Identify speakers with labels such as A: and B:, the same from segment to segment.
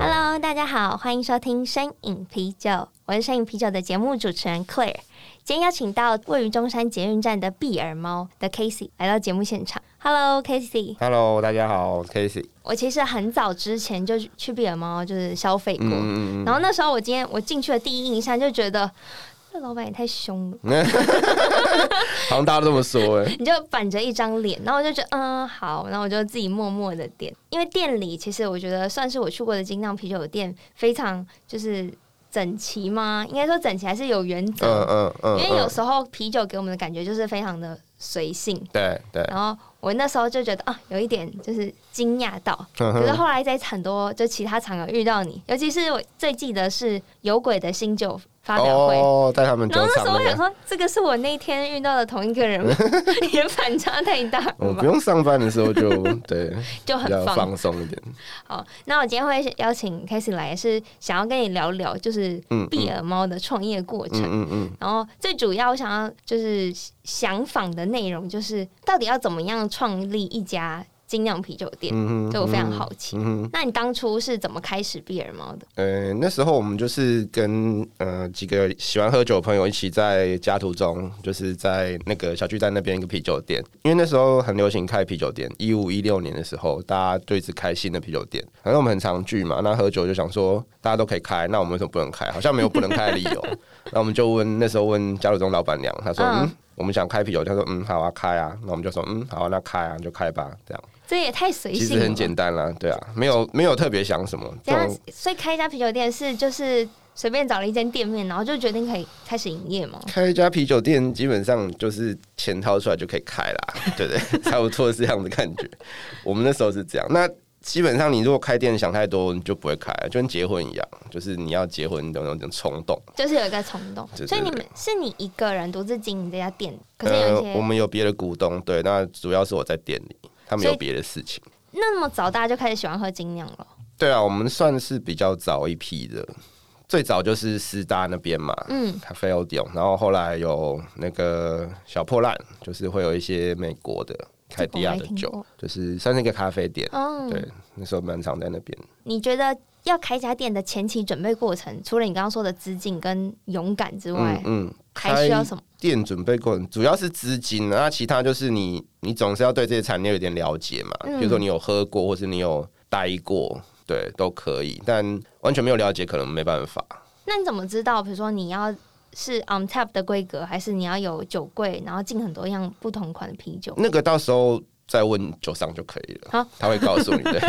A: Hello，大家好，欢迎收听《深饮啤酒》，我是《深饮啤酒》的节目主持人 Claire。今天邀请到位于中山捷运站的碧耳猫的 Casey 来到节目现场。Hello，Casey。
B: Hello，大家好，我是 Casey。
A: 我其实很早之前就去碧耳猫就是消费过，
B: 嗯嗯
A: 然后那时候我今天我进去的第一印象就觉得这老板也太凶了，
B: 嗯，好像大家都这么说哎。
A: 你就板着一张脸，然后我就觉得嗯好，然后我就自己默默的点，因为店里其实我觉得算是我去过的精酿啤酒店非常就是整齐吗？应该说整齐还是有原
B: 嗯
A: 则，
B: 嗯嗯，
A: 因为有
B: 嗯
A: 时候啤酒给我们的感觉就是非常的随性，
B: 对对，
A: 然后我那时候就觉得啊有一点就是惊讶到，
B: 嗯
A: 可是
B: 哼
A: 后来在很多就其他场合遇到你，尤其是我最记得是有鬼的新酒发表会。
B: 哦，在他们酒
A: 然后那
B: 厂
A: 时候我
B: 那
A: 想
B: 个，
A: 说，这个是我那天遇到的同一个 人吗？也反差太大
B: 我
A: 了吧
B: 哦不，用上班的时候就对
A: 就
B: 比
A: 很
B: 较
A: 放。
B: 放松一点。
A: 好，那我今天会邀请 c a s e y 来，是想要跟你聊聊，就是
B: 嗯嗯
A: 碧尔猫的创业过程。
B: 嗯嗯嗯，
A: 然后最主要我想要就是想访的内容，就是到底要怎么样创立一家精酿啤酒店？
B: 嗯哼
A: 对我非常好奇。
B: 嗯哼。
A: 那你当初是怎么开始碧尔猫的？
B: 呃，那时候我们就是跟呃几个喜欢喝酒的朋友一起在家途中，就是在那个小巨蛋那边一个啤酒店，因为那时候很流行开啤酒店，一五一六年的时候，大家对此开新的啤酒店，反正我们很常聚嘛，那喝酒就想说大家都可以开，那我们为什么不能开？好像没有不能开的理由，那我们就问那时候问家途中老板娘，她说
A: 嗯
B: 嗯。我们想开啤酒，店，她说嗯好啊开啊，那我们就说嗯好啊那开啊就开吧，这样
A: 这也太随
B: 其
A: 性
B: 实
A: 了。
B: 很简单啦，对啊，没有没有特别想什么，
A: 等一
B: 就
A: 下，所以开一家啤酒店是就是随便找了一间店面，然后就决定可以开始营业吗？
B: 开一家啤酒店，基本上就是钱掏出来就可以开 啦，对不对？ 差不多是这样的感觉。我们那时候是这样。那基本上你如果开店想太多，你就不会开了，就跟结婚一样，就是你要结婚，你懂那种冲动。
A: 就是有一个冲动，
B: 对对对
A: 所以你们是你一个人独自经营这家店，可是有
B: 呃
A: 一些、，
B: 我们有别的股东，对，那主要是我在店里，他们
A: 所以
B: 有别的事情。
A: 那么早大家就开始喜欢喝精酿了。
B: 对啊，我们算是比较早一批的，最早就是师大那边嘛，
A: 嗯，
B: 咖啡欧迪然后后来有那个小破烂，就是会有一些美国的凯迪亚的
A: 这个我没听过
B: 酒，就是算是一个咖啡店。对
A: 嗯，，
B: 那时候蛮常在那边。
A: 你觉得要开一家店的前期准备过程，除了你刚刚说的资金跟勇敢之外
B: 嗯，嗯，
A: 还需要什么？
B: 店准备过程主要是资金，那其他就是你，你总是要对这些产业有点了解嘛。
A: 嗯
B: 比如说你有喝过，或是你有待过，对，都可以。但完全没有了解，可能没办法。
A: 那你怎么知道？比如说你要是 on tap 的规格，还是你要有酒柜，然后进很多样不同款的啤酒？
B: 那个到时候再问酒商就可以了，
A: 好
B: 他会告诉 你，对，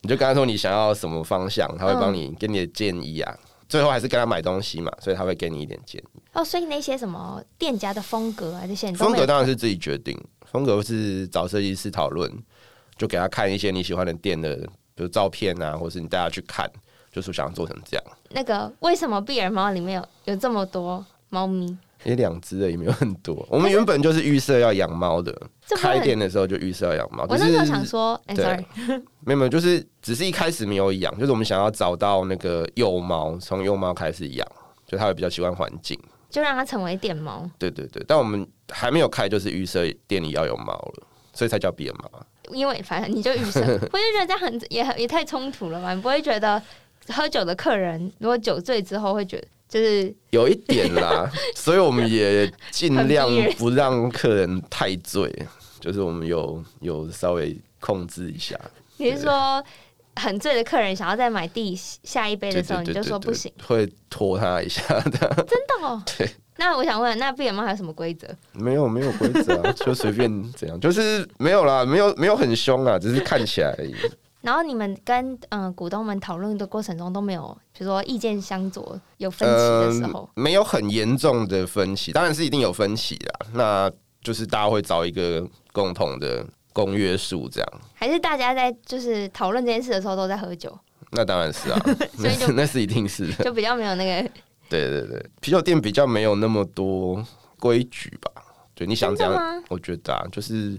B: 你就跟他说你想要什么方向，他会帮
A: 嗯
B: 你给你的建议啊。最后还是跟他买东西嘛，所以他会给你一点建议。
A: 哦，所以那些什么店家的风格啊，这些你都
B: 风
A: 没
B: 格
A: 有
B: 当然是自己决定，风格是找设计师讨论，就给他看一些你喜欢的店的，比如照片啊，或是你带他去看，就是想要做成这样。
A: 那个为什么碧尔猫里面有有这么多猫咪？
B: 因为两只的也没有很多，我们原本就是预设要养猫的，
A: 这不会
B: 开
A: 很
B: 店的时候就预设要养猫。
A: 我
B: 只
A: 那时候
B: 是
A: 想说，哎、s
B: 对
A: o r r y
B: 没有没有，就是只是一开始没有养，就是我们想要找到那个幼猫，从幼猫开始养，就它会比较喜欢环境。
A: 就让它成为电猫。
B: 对对对，但我们还没有开，就是预设店里要有猫了，所以才叫比尔猫。
A: 因为反正你就预 设，我就觉得这样很也很也太冲突了吧？你不会觉得喝酒的客人如果酒醉之后会觉得就是
B: 有一点啦，所以我们也尽量
A: 很逼人
B: 不让客人太醉，就是我们有有稍微控制一下。
A: 你是说很醉的客人想要再买第下一杯的时候，你就说不行，，
B: 会拖他一下的。
A: 真的哦。
B: 对，
A: 那我想问，那碧尔猫还有什么规则？
B: 没有没有规则啊，就随便怎样，就是没有啦，没有没有很凶啊，只是看起来而已。
A: 然后你们跟嗯、呃股东们讨论的过程中都没有，比如说意见相左、有分歧的时候，
B: 嗯没有很严重的分歧，当然是一定有分歧啦。那就是大家会找一个共同的公约数，这样
A: 还是大家在就是讨论这件事的时候都在喝酒？
B: 那当然是 啊，那
A: 所以就是
B: 那是一定是的。
A: 就比较没有那个。
B: 对对对，啤酒店比较没有那么多规矩吧？对，你想怎
A: 真的吗
B: 样？我觉得啊，就是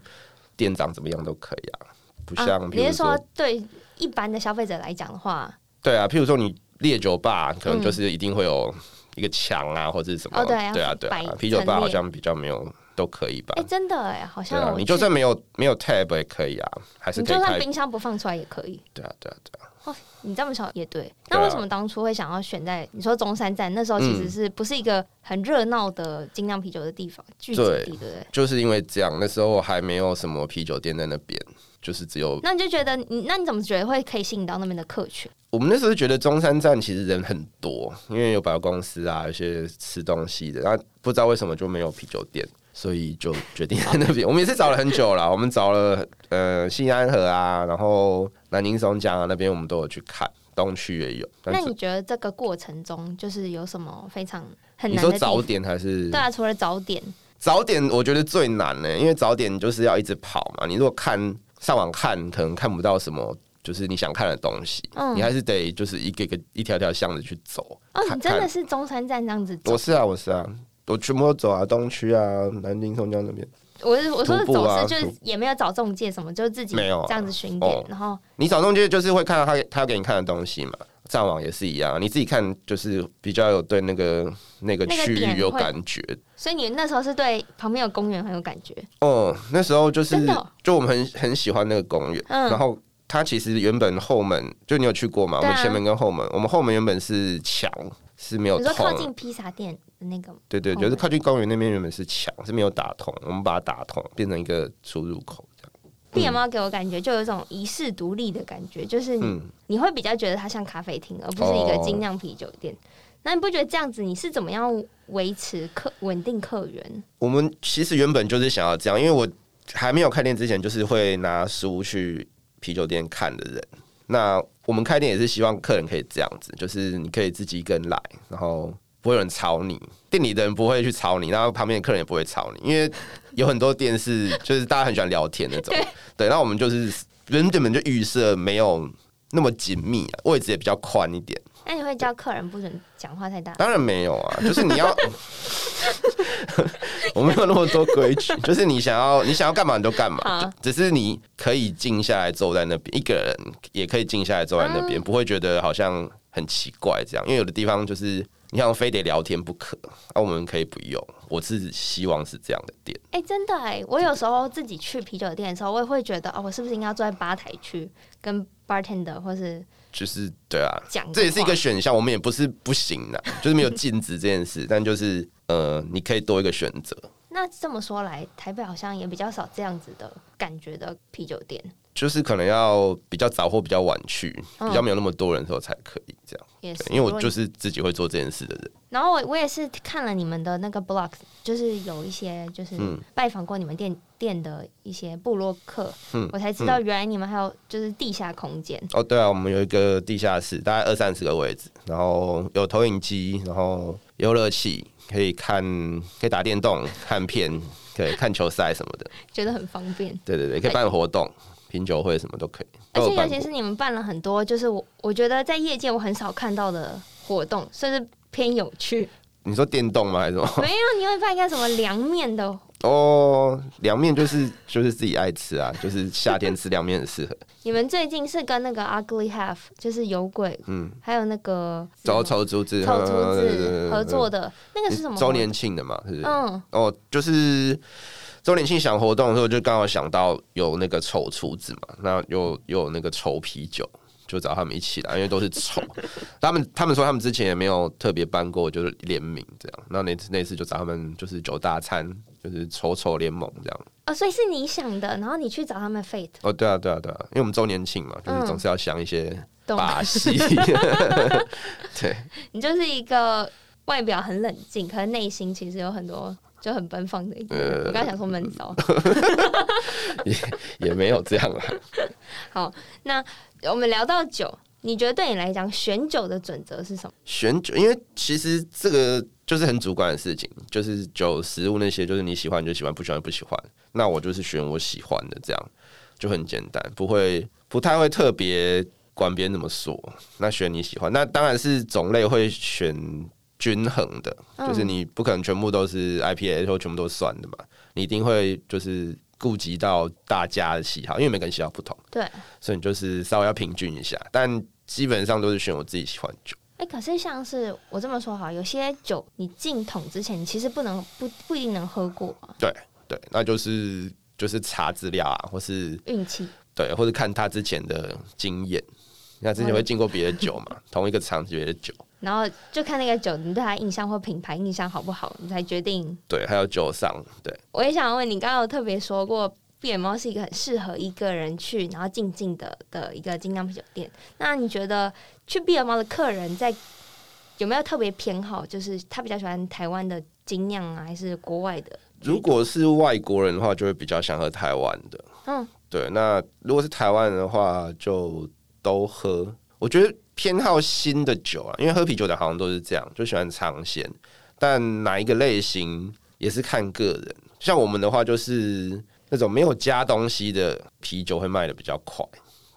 B: 店长怎么样都可以啊，不像、
A: 啊、
B: 比
A: 你
B: 如
A: 是说嗯对一般的消费者来讲的话，
B: 对啊，譬如说你烈酒吧，可能就是一定会有一个墙啊，或者是什么，
A: 哦对啊
B: 对啊，对
A: 摆
B: 啊，啤酒吧
A: 陈列
B: 好像比较没有，都可以吧
A: 哎、？真的哎、好
B: 对
A: 像
B: 啊，
A: 我
B: 你就
A: 去
B: 算没有没有 tab 也可以啊，还是
A: 你
B: 可以
A: 就算
B: 开，
A: 冰箱不放出来也可以。
B: 对啊，对啊，对啊，
A: 哦，你这么巧也对。
B: 对
A: 那
B: 啊嗯
A: 为什么当初会想要选在你说中山站？那时候其实是不是一个很热闹的精酿啤酒的地方聚集地，对不对？
B: 就是因为这样，那时候还没有什么啤酒店在那边，就是只有
A: 那你就觉得你，那你怎么觉得会可以吸引到那边的客群？
B: 我们那时候觉得中山站其实人很多，因为有百货公司啊，有些吃东西的，然后不知道为什么就没有啤酒店，所以就决定在那边。我们也是找了很久了，我们找了呃新安河啊，然后南宁松江啊那边我们都有去看，东区也有。但
A: 那
B: 是
A: 你觉得这个过程中，就是有什么非常很
B: 你
A: 难
B: 说
A: 的地
B: 早
A: 方？
B: 点还是
A: 对啊，除了早点，
B: 早点我觉得最难呢、因为早点就是要一直跑嘛。你如果看上网看，可能看不到什么就是你想看的东西，
A: 嗯
B: 你还是得就是一个一个一条条巷子去走。
A: 哦，
B: 看
A: 你真的
B: 看
A: 是中山站这样子走
B: 我？是啊，我是啊，我全部都走啊，东区啊，南京松江那边。
A: 我是我说的
B: 徒步
A: 走
B: 啊
A: 是就是
B: 徒
A: 也没有找中介什么，就是自己
B: 没有啊
A: 这样子巡点，
B: 哦
A: 然后
B: 你找中介就是会看到他他要给你看的东西嘛，上网也是一样，你自己看就是比较有对那个那个
A: 那个
B: 区
A: 点
B: 域有
A: 会
B: 感觉。
A: 所以你那时候是对旁边有公园很有感觉，
B: 哦，那时候就是
A: 真的哦
B: 就我们很很喜欢那个公园，
A: 嗯
B: 然后。它其实原本后门就你有去过嘛？我
A: 对啊
B: 们前门跟后门，我们后门原本是墙，是没有
A: 你说靠
B: 通
A: 近。披萨店的那个吗，
B: 对对，
A: 后
B: 就是
A: 门
B: 靠近公园那边原本是墙，是没有打通，我们把它打通，变成一个出入口这样。
A: 地有没有给我感觉就有一种遗世独立的感觉，就是你、
B: 嗯
A: 你会比较觉得它像咖啡厅，而不是一个
B: 哦
A: 精酿啤酒店。那你不觉得这样子你是怎么样维持客稳定客源？
B: 我们其实原本就是想要这样，因为我还没有开店之前，就是会拿书去啤酒店看的人。那我们开店也是希望客人可以这样子，就是你可以自己一个人来，然后不会有人吵你，店里的人不会去吵你，然后旁边的客人也不会吵你，因为有很多店是就是大家很喜欢聊天那种。对，那我们就是人本就预设没有那么紧密、啊，位置也比较宽一点。
A: 那你会叫客人不准讲话太大？
B: 当然没有啊，就是你 要，我没有那么多规 矩，就是你想要你想要干嘛你就干嘛，
A: 好
B: 就只是你可以静下来坐在那边，一个人也可以静下来坐在那
A: 啊
B: 边，不会觉得好像很奇怪这样，因为有的地方就是你好像非得聊天不可，啊，我们可以不用，我是希望是这样的店，
A: 哎、真的哎、我有时候自己去啤酒店的时候，我也会觉得哦，我是不是应该坐在吧台区跟 bartender 或是
B: 就是对啊，
A: 讲？
B: 这也是一个，选项，我们也不是不行的，就是没有禁止这件事，但就是呃，你可以多一个选择。
A: 那这么说来，台北好像也比较少这样子的感觉的啤酒店，
B: 就是可能要比较早或比较晚去，
A: 嗯
B: 比较没有那么多人的时候才可以这样。
A: 也是
B: 对，因为
A: 如
B: 我
A: 果
B: 就
A: 你
B: 是自己会做这件事的人。
A: 然后我我也是看了你们的那个 blog，就是有一些就是
B: 嗯
A: 拜访过你们店店的一些部落客，
B: 嗯
A: 我才知道原来你们还有就是地下空间。
B: 哦，对啊，我们有一个地下室，大概二三十个位置，然后有投影机，然后游乐器，可以看，可以打电动、看片，可以看球赛什么的。
A: 觉得很方便。
B: 对对对，可以办活动，品酒会什么都可以。
A: 而且
B: 都有
A: 尤
B: 办
A: 哎其
B: 过
A: 是你们办了很多，就是我我觉得在业界我很少看到的活动，甚至偏有 趣。
B: 你说电动吗？还是什么？
A: 没有，你会办一个什么凉面的？
B: 哦，凉面就是就是自己爱吃啊，就是夏天吃凉面 很适合。
A: 你们最近是跟那个 Ugly Half，就是有鬼，
B: 嗯，
A: 还有那个
B: 然后抽竹子，
A: 丑竹
B: 嗯对对对
A: 子
B: 对嗯
A: 合作的，那个是什么活动？
B: 周年庆的嘛，是不是？
A: 嗯，
B: 哦，就是周年庆想活动的时候，就刚好想到有那个丑厨子嘛，那又又有那个丑啤酒，就找他们一起来，因为都 是丑。他们他们说他们之前也没有特别办过，就是联名这样。那那次那次就找他们就是九大餐，就是丑丑联盟这样。
A: 哦，所以是你想的，然后你去找他们 fate，
B: 哦，对啊，对啊，对啊，因为我们周年庆嘛，就是总是要想一些
A: 嗯懂吗？
B: 把戏。 对，
A: 你就是一个外表很冷静，可是内心其实有很多就很奔放的一个人。
B: 呃
A: 我刚才想说闷骚，
B: 也没有这样啊。
A: 我们聊到酒，你觉得对你来讲选酒的准则是什么？
B: 选酒，因为其实这个就是很主观的事情，就是酒、食物那些，就是你喜欢你就喜欢，不喜欢就不喜欢。那我就是选我喜欢的，这样就很简单，不会不太会特别管别人怎么说，那选你喜欢。那当然是种类会选均衡的，就是你不可能全部都是 IPA 或全部都是酸的嘛，你一定会就是顾及到大家的喜好，因为每个人喜好不同，
A: 对，哎、
B: 所以你就是稍微要平均一下。但基本上都是选我自己喜欢的酒，
A: 哎可是像是我这么说好，有些酒你进桶之前，你其实不能不不一定能喝过啊，
B: 对，那就是就是查资料啊，或是
A: 运气。
B: 对，或者看他之前的经验。那之前会进过别的酒嘛，同一个场别的酒，
A: 然后就看那个酒，你对它印象或品牌印象好不好，你才决定。
B: 对，还有酒上，对，
A: 我也想问你，刚刚有特别说过，碧眼猫是一个很适合一个人去，然后静静的的一个精酿啤酒店。那你觉得去碧眼猫的客人在有没有特别偏好？就是他比较喜欢台湾的精酿啊，还是国外的？
B: 如果是外国人的话，就会比较想喝台湾的。
A: 嗯，
B: 对，那如果是台湾人的话，就都喝。我觉得偏好新的酒啊，因为喝啤酒的好像都是这样，就喜欢尝鲜。但哪一个类型也是看个人。像我们的话，就是那种没有加东西的啤酒会卖的比较快，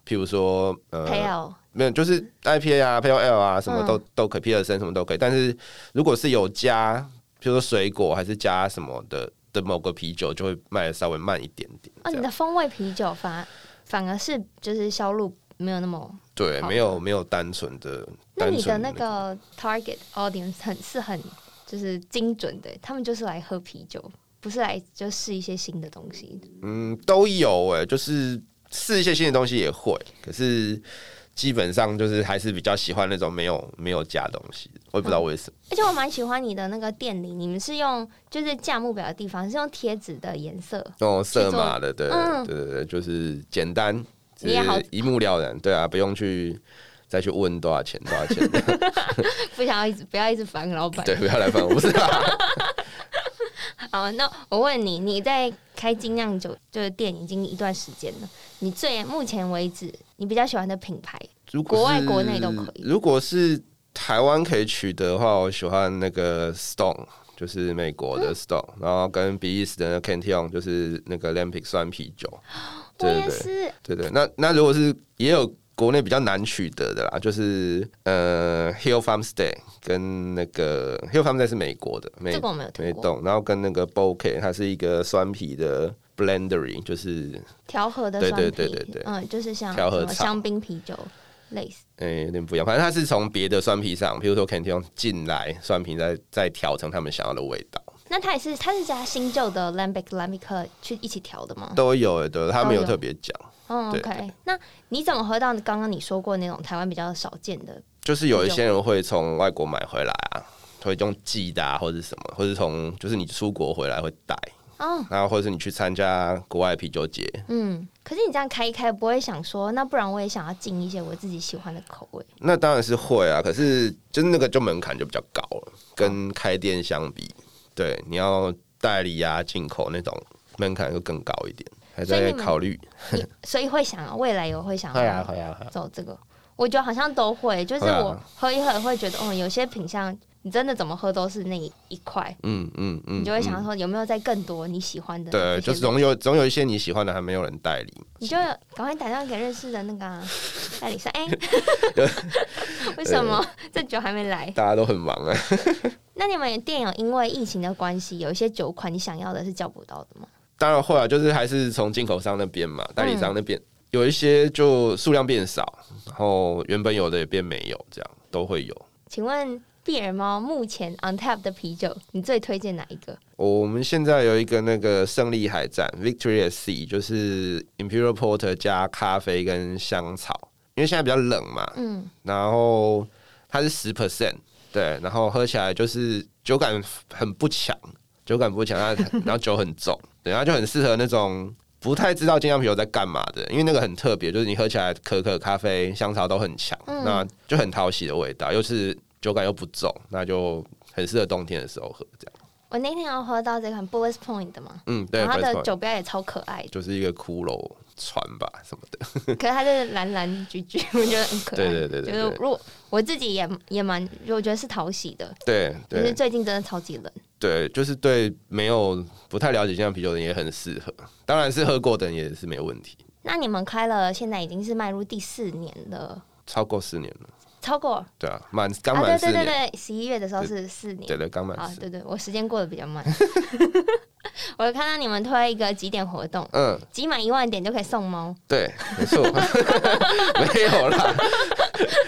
B: 譬如说呃，
A: 配偶
B: 没有，就是 IPA 啊、p a L 啊，什么都、都可以，皮尔森什么都可以。但是如果是有加，比如说水果还是加什么的的某个啤酒，就会卖的稍微慢一点点。
A: 哦，
B: 这
A: 你
B: 样
A: 的风味啤酒反而反而是就是销路没有那么。
B: 对，
A: 好
B: 没有没有单纯的，
A: 那
B: 单
A: 你的
B: 纯
A: 那个 target audience 很是很就是精准的，他们就是来喝啤酒，不是来就试一些新的东西。
B: 嗯都有哎、就是试一些新的东西也会，可是基本上就是还是比较喜欢那种没有没有加东西的，我也不知
A: 嗯
B: 道为什么。
A: 而且我蛮喜欢你的那个店里，你们是用就是价目表的地方是用贴纸的颜色，
B: 哦，色码的，对、
A: 嗯
B: 对对对，就是简单，
A: 你也好
B: 只是一目了然，对啊，不用去再去问多少钱，多少钱，
A: 不想要一直不要一直烦老板。
B: 对，不要来烦我，不是啊，
A: 好，那我问你，你在开精酿酒就是店已经一段时间了，你最目前为止你比较喜欢的品牌，
B: 如果是
A: 国外国内都可以
B: 如果是台湾可以取得的话，我喜欢那个 Stone。就是美国
A: 嗯
B: 的 Stone，、然后跟比利时的那个 Cantillon，就是那个 Lambic 酸啤酒，对
A: 我也
B: 对对，
A: 是
B: 对对，那那如果是也有国内比较难取得的啦，就是呃，Hill Farmstay 跟那个 Hill Farmstay 是美国的，美
A: 这个我没有听
B: 没
A: 过，
B: 懂，然后跟那个 Bouquet，它是一个酸皮的 blendery，就是
A: 调和的
B: 对
A: 酸啤，
B: 对对对对
A: 嗯，就是像
B: 调和
A: 什么
B: 草
A: 香槟啤酒类似。
B: 诶、有点不一样，反正它是从别的酸皮上，比如说 Cantillon 进来酸皮再再调成他们想要的味道，
A: 那它也是，它是加新旧的 lambic lambic 去一起调的吗？
B: 都有诶，对，他们
A: 都
B: 有
A: 有
B: 特别讲。
A: 嗯
B: 对
A: ，OK。那你怎么喝到刚刚你说过那种台湾比较少见的？
B: 就是有一些人会从外国买回来啊，会用寄的啊，或者什么，或者从就是你出国回来会带，
A: 哦，
B: 然后或者是你去参加国外啤酒节，
A: 嗯。可是你这样开一开，不会想说，那不然我也想要进一些我自己喜欢的口味。
B: 那当然是会啊。可是就是那个就门槛就比较高了，跟开店相比，对，你要代理啊、进口那种门槛就更高一点，还
A: 所以
B: 在
A: 你们
B: 考虑。
A: 你所以会想啊，未来有会想要
B: 会啊，会啊。
A: 走这个。我觉得好像都会，就是
B: 会啊
A: 我喝一喝会觉得，哦，有些品相你真的怎么喝都是那一块，
B: 嗯嗯嗯，
A: 你就会想
B: 嗯。
A: 说有没有再更多你喜欢的这些
B: 对，
A: 类型？
B: 就是总有总有一些你喜欢的还没有人代理，
A: 你就赶快打电话给认识的那个 啊代理商，哎、为什么这酒还没来？
B: 大家都很忙啊。
A: 那你们店有因为疫情的关系，有一些酒款你想要的是叫不到的吗？
B: 当然会啊，就是还是从进口商那边嘛，代理商那边、有一些就数量变少，然后原本有的也变没有，这样都会有。
A: 请问碧尔猫目前 on tap 的啤酒，你最推荐哪一个？
B: 我们现在有一个那个胜利海战 （Victory at Sea），就是 Imperial Porter 加咖啡跟香草，因为现在比较冷嘛，
A: 嗯，
B: 然后它是十 percent，对，然后喝起来就是酒感很不强，酒感不强，它 然后酒很重，对，它就很适合那种不太知道精酿啤酒在干嘛的，因为那个很特别，就是你喝起来可可、咖啡、香草都很强，
A: 嗯
B: 那就很讨喜的味道，又是酒感又不重，那就很适合冬天的时候喝这样。
A: 我那天要喝到这款 Bullet Point 的嘛，
B: 嗯，对，
A: 然后它的
B: Breast Point
A: 酒标也超可爱的，
B: 就是一个骷髅船吧什么的，
A: 可是它就是蓝蓝橘橘，我觉得很可爱。
B: 对对对对对
A: 就是如果我自己也也蛮，我觉得是讨喜的，
B: 对
A: 可是
B: 对
A: 最近真的超级冷。
B: 对，就是对没有不太了解精酿啤酒的人也很适合，当然是喝过的人也是没有问题。
A: 那你们开了，现在已经是迈入第四年了，
B: 超过四年了，
A: 超过
B: 对啊，满刚
A: 啊，
B: 满
A: 对
B: 四
A: 对对
B: 年，
A: 对，十一月的时候是四年，
B: 对对，刚满
A: 啊，
B: 四，
A: 对对，我时间过得比较慢。 我有看到你们推一个几点活动，
B: 嗯，
A: 集满一万点就可以送猫。
B: 对，没错， 没有啦。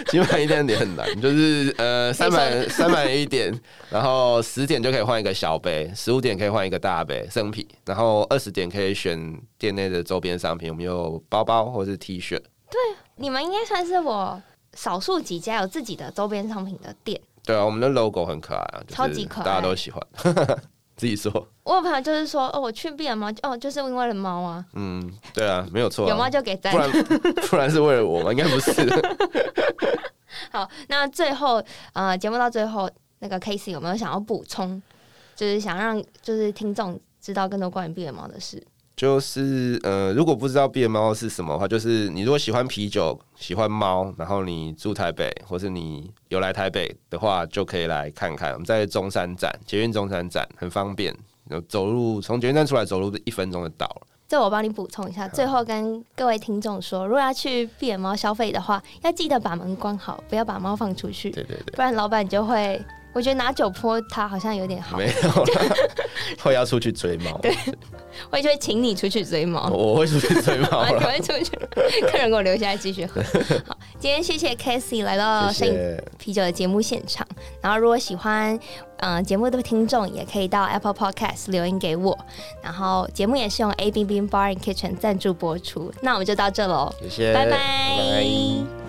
B: 基本上一点点很难，就是呃三百三百一点，然后十点就可以换一个小杯，十五点可以换一个大杯生啤，然后二十点可以选店内的周边商品，我们有包包或是 T 恤，
A: 你们应该算是我少数几家有自己的周边商品的店。
B: 对啊，我们的 logo 很可爱啊，就是
A: 超级可爱
B: 大家都喜欢。 自己说，
A: 我有朋友就是说，哦，我去变了猫，哦，就是因为了猫啊，
B: 嗯，对啊，没有错、啊。
A: 有猫就给赞
B: 不。然 不然是为了我吗？应该不是。
A: 好，那最后呃，节目到最后，那个 Casey 有没有想要补充？就是想让就是听众知道更多关于变猫的事。
B: 就是呃，如果不知道变猫是什么的话，就是你如果喜欢啤酒、喜欢猫，然后你住台北，或是你有来台北的话，就可以来看看。我们在中山站，捷运中山站很方便，然后走路从捷运站出来走路一分钟就到了。
A: 这我帮你补充一下，最后跟各位听众说，如果要去闭眼猫消费的话，要记得把门关好，不要把猫放出去，
B: 对对对，
A: 不然老板就会，我觉得拿酒泼它好像有点好，
B: 没有啦， 会要出去追 猫，
A: 我就会请你出去追猫。
B: 我会出去追猫
A: 我
B: 了。
A: 会出去，客人给我留下来继续 喝。好，今天谢谢 Casey 来到摄
B: 谢
A: 影
B: 谢，
A: 啤酒的节目现场。然后，如果喜欢嗯、呃节目的听众，也可以到 Apple Podcast 留言给我。然后，节目也是用 A B B Bar and Kitchen 赞助播出。那我们就到这喽，
B: 谢谢，
A: 拜拜。
B: 拜拜